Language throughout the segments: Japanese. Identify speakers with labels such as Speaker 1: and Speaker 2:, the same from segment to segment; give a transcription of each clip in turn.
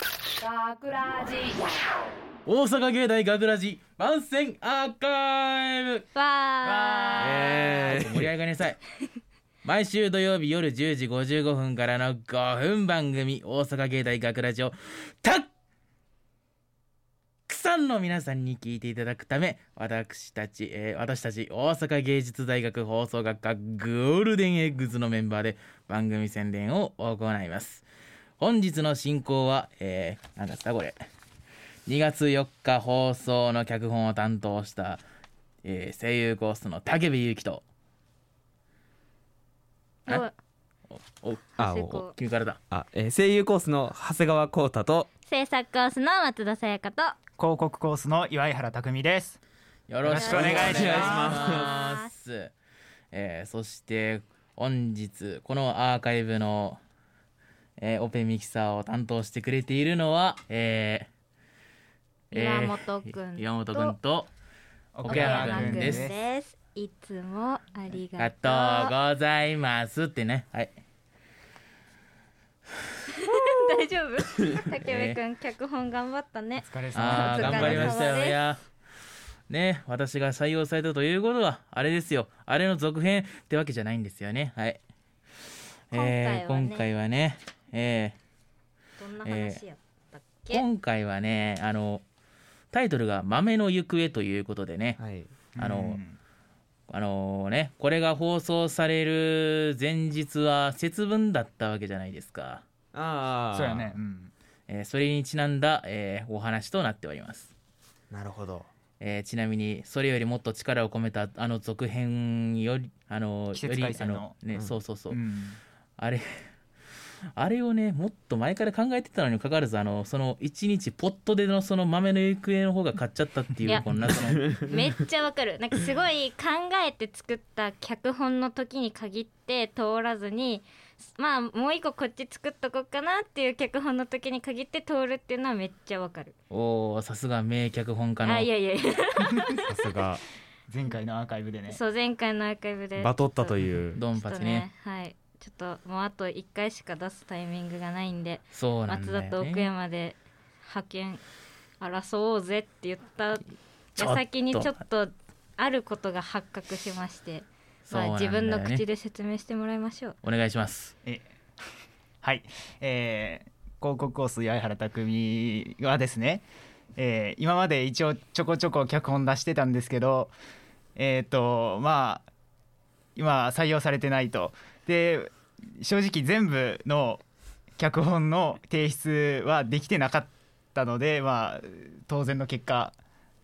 Speaker 1: 学ラジ
Speaker 2: 大阪芸大学ラジ番宣アーカイブ
Speaker 3: わー
Speaker 2: えー、盛り上がりな さい毎週土曜日夜10時55分からの5分番組「大阪芸大学ラジオ」たっくさんの皆さんに聞いていただくため私たち、えー私たち大阪芸術大学放送学科ゴールデンエッグズのメンバーで番組宣伝を行います本日の進行は、えー、何だったこれ2月4日放送の脚本を担当したえー、声優コースの武部勇樹とえ
Speaker 3: お
Speaker 2: お
Speaker 4: あ
Speaker 3: 成
Speaker 4: お
Speaker 3: 功
Speaker 2: 君からだ
Speaker 4: あ、えー声優コースの長谷川浩太と
Speaker 3: 制作コースの松田さやかと
Speaker 5: 広告コースの岩井原匠です
Speaker 2: よろしくお願いし
Speaker 5: よろしくお願いし
Speaker 2: ま、
Speaker 3: ます
Speaker 2: えー、そして本日このアーカイブの、えー、オペミキサーを担当してくれているのは、えーえー
Speaker 3: 岩本くんと
Speaker 2: 岩本君と奥山君です
Speaker 3: 奥山すいつもあり
Speaker 2: あり
Speaker 3: がとう
Speaker 2: がとうございますってねはい
Speaker 3: 大丈夫 竹部くん、脚本頑張ったね
Speaker 5: お疲れ様
Speaker 2: あー
Speaker 3: お疲れ様
Speaker 2: 頑張りました
Speaker 3: で
Speaker 2: よ
Speaker 3: す
Speaker 2: いやね私が採用されたということはあれですよあれの続編ってわけじゃないんですよねはいえー今
Speaker 3: 今
Speaker 2: 回
Speaker 3: 回
Speaker 2: はねえ
Speaker 3: どんな話やったっ
Speaker 2: ー
Speaker 3: け、
Speaker 2: 今回はねあのタイトルが「豆の行方」ということでね
Speaker 4: はい
Speaker 2: あ
Speaker 5: う
Speaker 2: の
Speaker 5: ん
Speaker 2: あのねこれが放送される前日は節分だったわけじゃないですか、
Speaker 4: ああ
Speaker 5: そうやねうん
Speaker 2: えーそれにちなんだ、えーお話となっております
Speaker 4: なるほど
Speaker 2: えーちなみにそれよりもっと力を込めたあの続編よりあの
Speaker 5: 季節回
Speaker 2: よ
Speaker 5: 線
Speaker 2: り
Speaker 5: の
Speaker 2: あのね、
Speaker 4: うん
Speaker 2: そうそうそう、
Speaker 5: うん
Speaker 2: あれ あれをねもっと前から考えてたのにもかかわらずあのその一日ポットでのその豆の行方の方が買っちゃったってい
Speaker 3: いうや
Speaker 2: こんなそ の
Speaker 3: めっちゃわかるなんかすごい考えて作った脚本の時に限って通らずにまあもう一個こっち作っとこうかなっていう脚本の時に限って通るっていうのはめっちゃわかる
Speaker 2: おおさすが名脚本家の
Speaker 3: あいやいやいや
Speaker 4: さすが
Speaker 5: 前回のアーカイブでね
Speaker 3: そう前回のアーカイブで
Speaker 4: バトったと
Speaker 3: う
Speaker 4: いう
Speaker 2: ドン
Speaker 3: ちょ
Speaker 2: パ
Speaker 3: っと
Speaker 2: チね
Speaker 3: ねはいちょっともうあと1回しか出すタイミングがないんで
Speaker 2: そうなん
Speaker 3: 松
Speaker 2: だ
Speaker 3: 田と
Speaker 2: よ
Speaker 3: 奥
Speaker 2: ね
Speaker 3: 山で派遣争おうぜって言った
Speaker 2: ちょっと
Speaker 3: 矢先にちょっとあることが発覚しまして、
Speaker 2: そう
Speaker 3: ま
Speaker 2: な
Speaker 3: あ、
Speaker 2: んだ
Speaker 3: 自
Speaker 2: よね
Speaker 3: 分の口で説明してもらいましょう
Speaker 2: お願いします
Speaker 5: え はい、えー広告コース八重原匠はですね、えー今まで一応ちょこちょこ脚本出してたんですけどえっ、とまあ今採用されてないとで正直全部の脚本の提出はできてなかったのでまあ当然の結果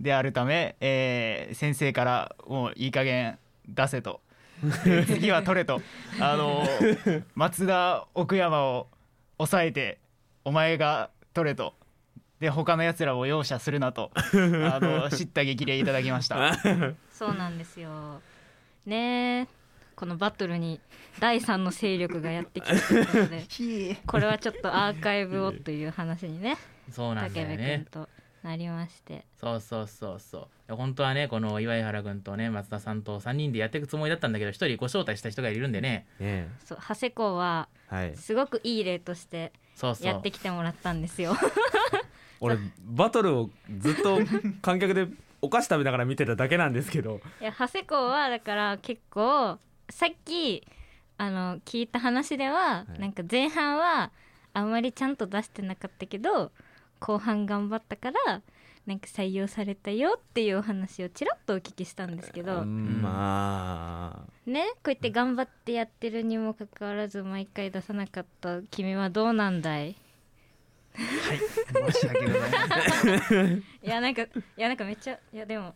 Speaker 5: であるため、えー先生からもういい加減出せとで次は取れとあの松田奥山を抑えてお前が取れとで他のやつらを容赦するなとあの叱咤激励いただきました
Speaker 3: そうなんですよねえこのバトルに第三の勢力がやってきてたの でこれはちょっとアーカイブをという話にね
Speaker 2: そうなんだ
Speaker 3: 武
Speaker 2: よ
Speaker 3: 部
Speaker 2: ね
Speaker 3: 君となりまして
Speaker 2: そうそうそうそう本当はねこの岩井原君とね松田さんと3人でやっていくつもりだったんだけど1人ご招待した人がいるんでね
Speaker 4: ね
Speaker 3: そう長谷子は
Speaker 4: はい
Speaker 3: すごくいい例として
Speaker 2: そうそう
Speaker 3: やってきてもらったんですよ。
Speaker 4: 俺バトルをずっと観客でお菓子食べながら見てただけなんですけど
Speaker 3: いや長谷子はだから結構さっきあの聞いた話では、
Speaker 4: はい
Speaker 3: なんか前半はあんまりちゃんと出してなかったけど後半頑張ったからなんか採用されたよっていうお話をちらっとお聞きしたんですけど、
Speaker 4: うんまあ
Speaker 3: ねこうやって頑張ってやってるにもかかわらず毎回出さなかった君はどうなんだい
Speaker 5: 申し訳ございません
Speaker 3: いやなんかいやなんかめっちゃいやでも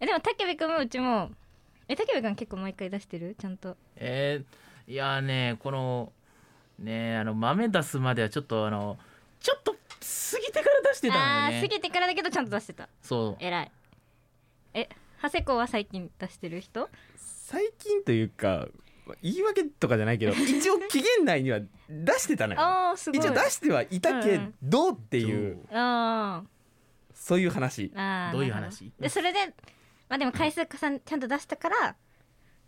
Speaker 3: えでも武部君もうちもえ武部君結構毎回出してるちゃんと
Speaker 2: えー、いやーねこのねあの豆出すまではちょっとあのちょっと過ぎてから出してた
Speaker 3: あ
Speaker 2: んだ
Speaker 3: あ
Speaker 2: よ
Speaker 3: 過
Speaker 2: ね
Speaker 3: ぎてからだけどちゃんと出してた
Speaker 2: そう
Speaker 3: 偉いえ長谷子は最近出してる人
Speaker 4: 最近というかまあ言い訳とかじゃないけど一応期限内には出してたのよ
Speaker 3: ああすごい
Speaker 4: 一応出してはいたけどっていう
Speaker 3: あ
Speaker 4: そういう話
Speaker 3: ーあー
Speaker 2: どういう
Speaker 3: なるほ
Speaker 2: 話
Speaker 3: でそれでまあでも回数重ねちゃんと出したから
Speaker 4: ま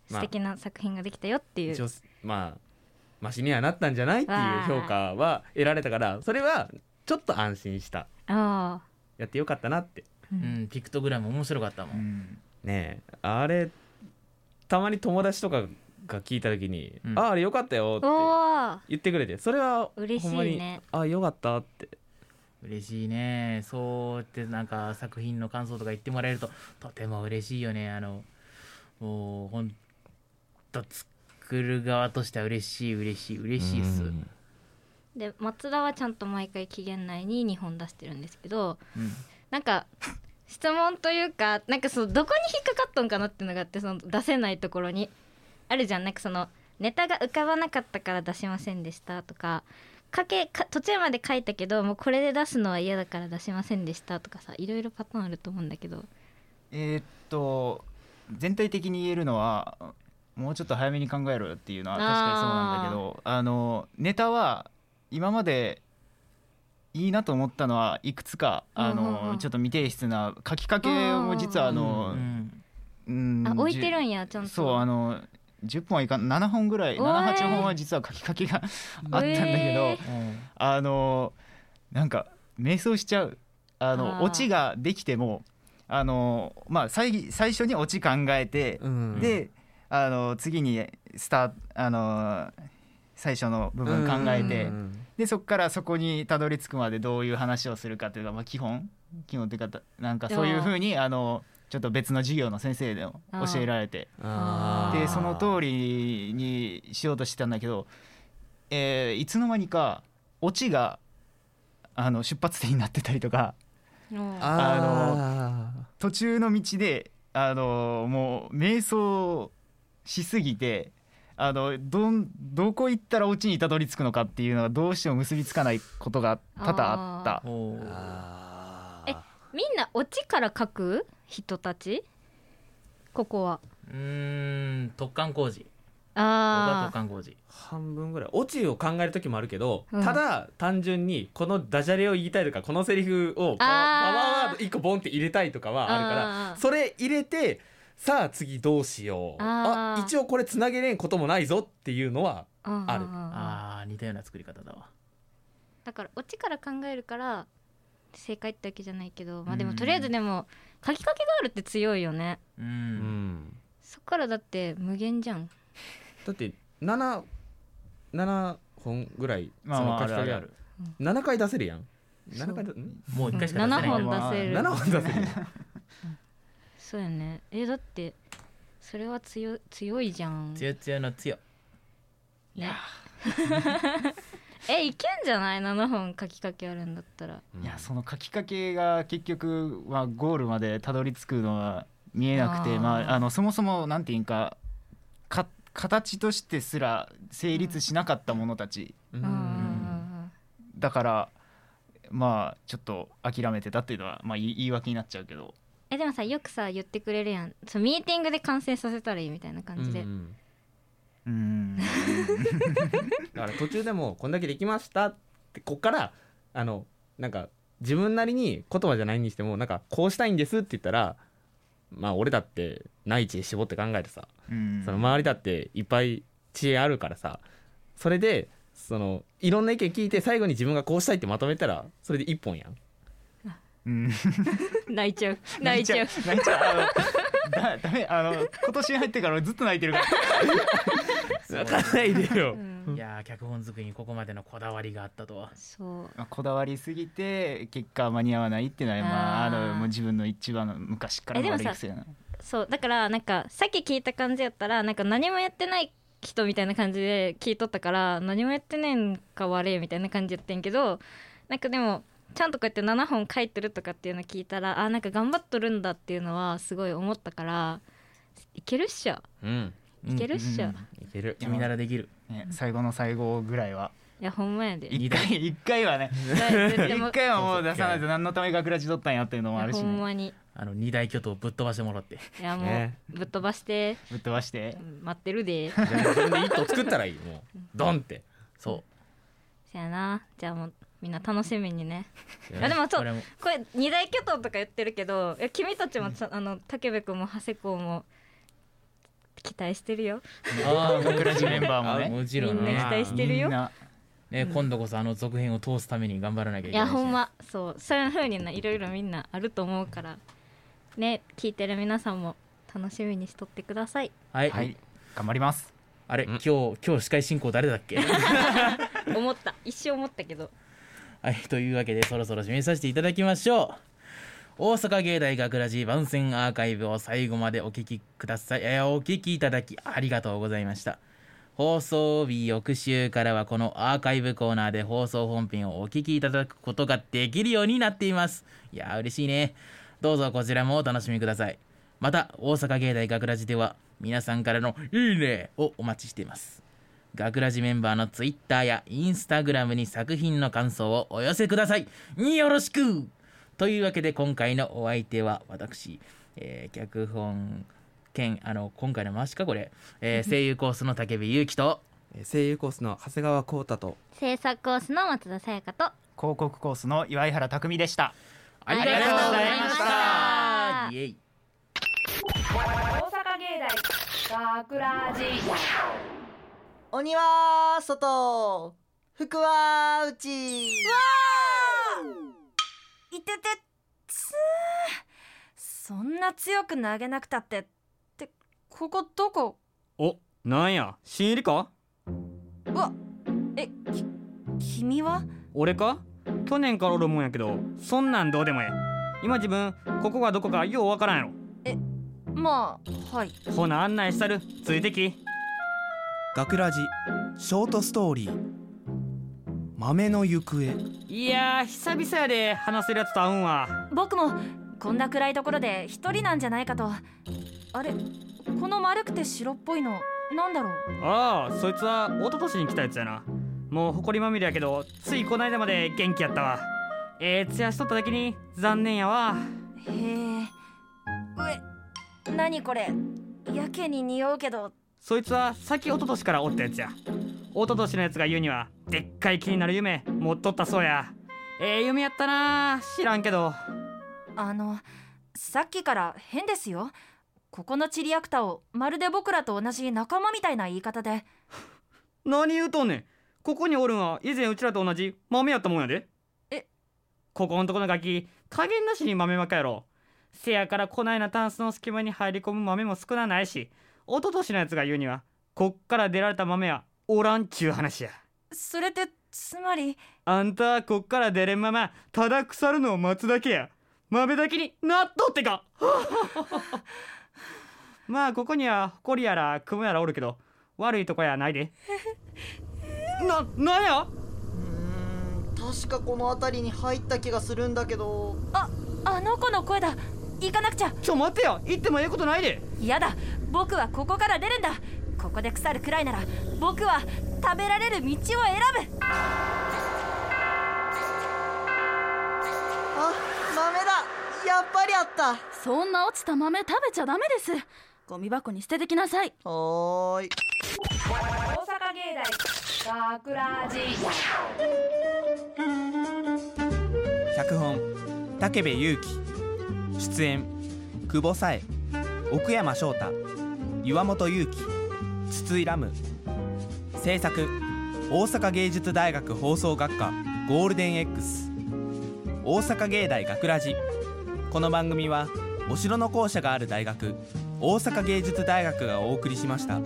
Speaker 3: 素
Speaker 4: あ
Speaker 3: 敵な作品ができたよっていう、
Speaker 4: 一応まあマシにはなったんじゃないっていう評価は得られたからそれはちょっと安心した
Speaker 3: あ
Speaker 4: やってよかったなって
Speaker 3: ー、う、
Speaker 2: うんんピクトグラム面白かったも、
Speaker 5: うんん
Speaker 4: ねえあれたまに友達とかが聞いた時に「
Speaker 2: うん
Speaker 4: あああれよかったよ」っ
Speaker 3: お
Speaker 4: て
Speaker 3: ー
Speaker 4: 言ってくれてそれは
Speaker 3: 嬉しいね
Speaker 4: ほんまにあよかったって
Speaker 2: 嬉しいねそうってなんか作品の感想とか言ってもらえるととても嬉しいよねあのもうほんと作る側としては嬉しい嬉しい嬉しいっす
Speaker 4: うん
Speaker 3: で松田はちゃんと毎回期限内に2本出してるんですけど
Speaker 2: うん
Speaker 3: なんか質問というかなんかそのどこに引っかかっとんかなっていうのがあってその出せないところにあるじゃんなんかそのネタが浮かばなかったから出しませんでしたとかかけか途中まで書いたけどもうこれで出すのは嫌だから出しませんでしたとかさいろいろパターンあると思うんだけど
Speaker 5: えーっと全体的に言えるのはもうちょっと早めに考えろよっていうのは確かにそうなんだけどあのネタは今までいいなと思ったのはいくつかあ
Speaker 3: うんうんう
Speaker 5: の
Speaker 3: ん
Speaker 5: ちょっと未提出な書きかけも実はあ
Speaker 2: う
Speaker 5: の
Speaker 2: ん
Speaker 5: うん
Speaker 3: あ置いてる
Speaker 5: じ
Speaker 3: んやちゃんと
Speaker 5: そうあの10本はいかん7本ぐらい
Speaker 3: おーい
Speaker 5: 78本は実は書きかけ があったんだけど、
Speaker 3: えー
Speaker 2: うん
Speaker 5: あのなんか迷走しちゃうあの
Speaker 3: あー
Speaker 5: オチができてもあのまあ最最初にオチ考えて、
Speaker 4: うん
Speaker 5: であの次にスターあの最初の部分考えて、
Speaker 4: うん
Speaker 5: でそこからそこにたどり着くまでどういう話をするかというか、まあ、基本基本というかたなんかそういうふうにあのちょっと別の授業の先生でも教えられて
Speaker 4: あー
Speaker 5: でその通りにしようとしてたんだけど、えーいつの間にかオチがあの出発点になってたりとか
Speaker 3: うん
Speaker 4: あの
Speaker 5: 途中の道であのもう迷走しすぎてあのどんどこ行ったらオチにたどり着くのかっていうのがどうしても結びつかないことが多々あった。
Speaker 2: おー
Speaker 4: あ
Speaker 3: えみんなオチから書く人たちここは
Speaker 2: うーん突貫工事
Speaker 3: あ
Speaker 2: 突
Speaker 3: あ
Speaker 2: 貫工事
Speaker 4: 半分ぐらいオチを考える時もあるけど、
Speaker 3: うん
Speaker 4: ただ単純にこのダジャレを言いたいとかこのセリフをパワーパワーワード1個ボンって入れたいとかはあるから
Speaker 3: あー
Speaker 4: それ入れてさあ次どうしよう
Speaker 3: あ
Speaker 4: あ
Speaker 3: ー
Speaker 4: 一応これつなげれんこともないぞっていうのは
Speaker 3: あ
Speaker 4: ある
Speaker 2: あー似たような作り方だわ
Speaker 3: だからオチから考えるから正解ってわけじゃないけどまあで
Speaker 2: う
Speaker 3: も
Speaker 2: ん
Speaker 3: とりあえずでも書きかけがあるって強いよね
Speaker 2: うん、
Speaker 4: うん
Speaker 3: そっからだって無限じゃん
Speaker 4: だって7七本ぐらい
Speaker 5: まあまあ
Speaker 4: その
Speaker 5: ある
Speaker 4: 書
Speaker 5: あ
Speaker 4: き
Speaker 5: る
Speaker 4: 上
Speaker 5: あ
Speaker 4: げ
Speaker 5: る
Speaker 4: 7回出せるやん
Speaker 3: そう
Speaker 4: 7回だん
Speaker 2: もう一回しか出せ
Speaker 3: 7
Speaker 2: ない
Speaker 3: 本出せる
Speaker 4: 7本出せる
Speaker 3: そうよねえだってそれは強い強いじゃん
Speaker 2: つよつよのつよ
Speaker 5: いや
Speaker 3: えいけんじゃない7本書きかけあるんだったら
Speaker 5: いやその書きかけが結局、まあ、ゴールまでたどり着くのは見えなくて
Speaker 3: あー
Speaker 5: まあ、あのそもそもなんていうんかか形としてすら成立しなかったものたち、
Speaker 4: うん
Speaker 3: うんうんうん
Speaker 5: だからまあちょっと諦めてたっていうのは、まあ、言い言い訳になっちゃうけど
Speaker 3: えでもさよくさ言ってくれるやんそうミーティングで完成させたらいいみたいな感じで、
Speaker 4: うん
Speaker 5: うーん
Speaker 4: だから途中でもこんだけできましたってこっからあのなんか自分なりに言葉じゃないにしてもなんかこうしたいんですって言ったらまあ俺だって内知恵絞って考えてさ
Speaker 5: うん
Speaker 4: その周りだっていっぱい知恵あるからさそれでそのいろんな意見聞いて最後に自分がこうしたいってまとめたらそれで一本やん
Speaker 5: うん
Speaker 3: 泣いちゃう泣いちゃう
Speaker 5: 泣いちゃうあのだダメあの今年入ってから俺ずっと泣いてるから
Speaker 4: 泣かないでよ
Speaker 3: うん
Speaker 2: いやー脚本作りにここまでのこだわりがあったとは
Speaker 3: そう
Speaker 5: まあこだわりすぎて結果間に合わないっていうのはまあ
Speaker 3: あー
Speaker 5: あのもう自分の一番の昔からの
Speaker 3: えでも
Speaker 5: 悪い
Speaker 3: さ
Speaker 5: 癖やな
Speaker 3: そうだからなんかさっき聞いた感じやったらなんか何もやってない人みたいな感じで聞いとったから何もやってねえんか悪いみたいな感じやってんけどなんかでもちゃんとこうやって7本書いてるとかっていうの聞いたらあなんか頑張っとるんだっていうのはすごい思ったからいけるっしょ
Speaker 4: うん
Speaker 2: い
Speaker 3: いけるっしょ、
Speaker 5: うん
Speaker 3: い
Speaker 4: いける
Speaker 2: 君ならできる
Speaker 5: ね最後の最後ぐらいは
Speaker 3: やほんまやで
Speaker 5: 一回一回はね
Speaker 3: でも
Speaker 5: 一回はもう出さないと何のため学ラジ取ったんやっていうのもある
Speaker 3: ほ
Speaker 5: し、
Speaker 3: ん
Speaker 5: ね、
Speaker 3: まに
Speaker 2: あの二大巨頭ぶっ飛ばしてもらって
Speaker 3: いやもう、
Speaker 4: ね
Speaker 3: ぶっ飛ばして
Speaker 5: ぶっ飛ばして
Speaker 3: 待ってるで
Speaker 4: じゃあ自分で一頭作ったらいいもうドンって
Speaker 2: そ
Speaker 3: そやなじゃあもうみんな楽しみにね
Speaker 4: い
Speaker 3: いやでも
Speaker 2: う
Speaker 3: そう
Speaker 2: これも
Speaker 3: これ二大巨頭とか言ってるけどいや君たちもさあの武部君も長谷君も期待してるよ
Speaker 4: あ
Speaker 5: 学ラジメンバーもね
Speaker 2: もちろん
Speaker 3: みん
Speaker 2: ね
Speaker 3: な期待してるよ
Speaker 5: みんな
Speaker 2: ね、今度こそあの続編を通すために頑張らなきゃい
Speaker 3: い
Speaker 2: けないし
Speaker 3: やほんまそうそういうふうにないろいろみんなあると思うからね聞いてる皆さんも楽しみにしとってください
Speaker 2: はい、
Speaker 5: はい頑張ります
Speaker 2: あれ
Speaker 4: うん
Speaker 2: 今日今日司会進行誰だっけは
Speaker 3: 思った一瞬思ったけど
Speaker 2: いというわけでそろそろ締めさせていただきましょう大阪芸大学ラジ番宣アーカイブを最後までお聞きください、えーお聞きいただきありがとうございました放送日翌週からはこのアーカイブコーナーで放送本編をお聞きいただくことができるようになっていますいやー嬉しいねどうぞこちらもお楽しみくださいまた大阪芸大学ラジでは皆さんからの「いいね」をお待ちしています学ラジメンバーのツイッターやインスタグラムに作品の感想をお寄せくださいよろしくというわけで今回のお相手は私、えー脚本兼あの今回の回しかこれ、えー 声優コースの竹部祐樹と
Speaker 1: えー声優コースの長谷川浩太と
Speaker 3: 制作コースの松田さやかと
Speaker 5: 広告コースの岩井原匠でした
Speaker 2: あ
Speaker 3: り
Speaker 5: がとうございま
Speaker 3: した
Speaker 2: イエイ
Speaker 6: 大阪芸大学ラジ
Speaker 7: 鬼は外服は内
Speaker 6: いててつーそんな強く投げなくたってってここどこ
Speaker 8: おなんや新入りか
Speaker 6: うわえき君は
Speaker 8: 俺か去年からおるもんやけどそんなんどうでもええ今自分ここがどこかようわからんや
Speaker 6: まあはい
Speaker 8: ろほな案内したるついてき
Speaker 1: 学ラジショートストーリー豆の行方
Speaker 8: いやー久々やで話せるやつと会うんわ
Speaker 6: 僕もこんな暗いところで一人なんじゃないかとあれこの丸くて白っぽいのなんだろう
Speaker 8: ああそいつは一昨年に来たやつやなもう埃まみれやけどついこないだまで元気やったわええツヤしとっただけに残念やわ
Speaker 6: へえうえ何これやけに匂うけど
Speaker 8: そいつはさっき一昨年からおったやつや一昨年のやつが言うにはでっかい気になる夢持っとったそうやええ夢やったな知らんけど
Speaker 6: あのさっきから変ですよここのチリアクタをまるで僕らと同じ仲間みたいな言い方で
Speaker 8: 何言うとんねんここにおるんは以前うちらと同じ豆やったもんやで
Speaker 6: え
Speaker 8: ここんとこのガキ加減なしに豆まかやろせやからこないなタンスの隙間に入り込む豆も少なないし一昨年のやつが言うにはこっから出られた豆はおらんちゅう話や
Speaker 6: それってつまり
Speaker 8: あんたはこっから出れんままただ腐るのを待つだけや豆だけになっとってか まあここにはホコリやら雲やらおるけど悪いとこやないでな、なんや
Speaker 7: うーん確かこの辺りに入った気がするんだけど
Speaker 6: あの子の声だ行かなくちゃ
Speaker 8: ちょ待ってよ行ってもええことないで
Speaker 6: 嫌だ僕はここから出るんだここで腐るくらいなら僕は食べられる道を選ぶ
Speaker 7: あ豆だやっぱりあった
Speaker 9: そんな落ちた豆食べちゃダメですゴミ箱に捨ててきなさい
Speaker 7: はーい
Speaker 6: 大阪芸大学ラジ
Speaker 1: 脚本武部勇樹出演久保紗恵奥山翔太岩本勇樹筒井ラム制作大阪芸術大学放送学科ゴールデン X 大阪芸大学ラジこの番組はお城の校舎がある大学大阪芸術大学がお送りしました。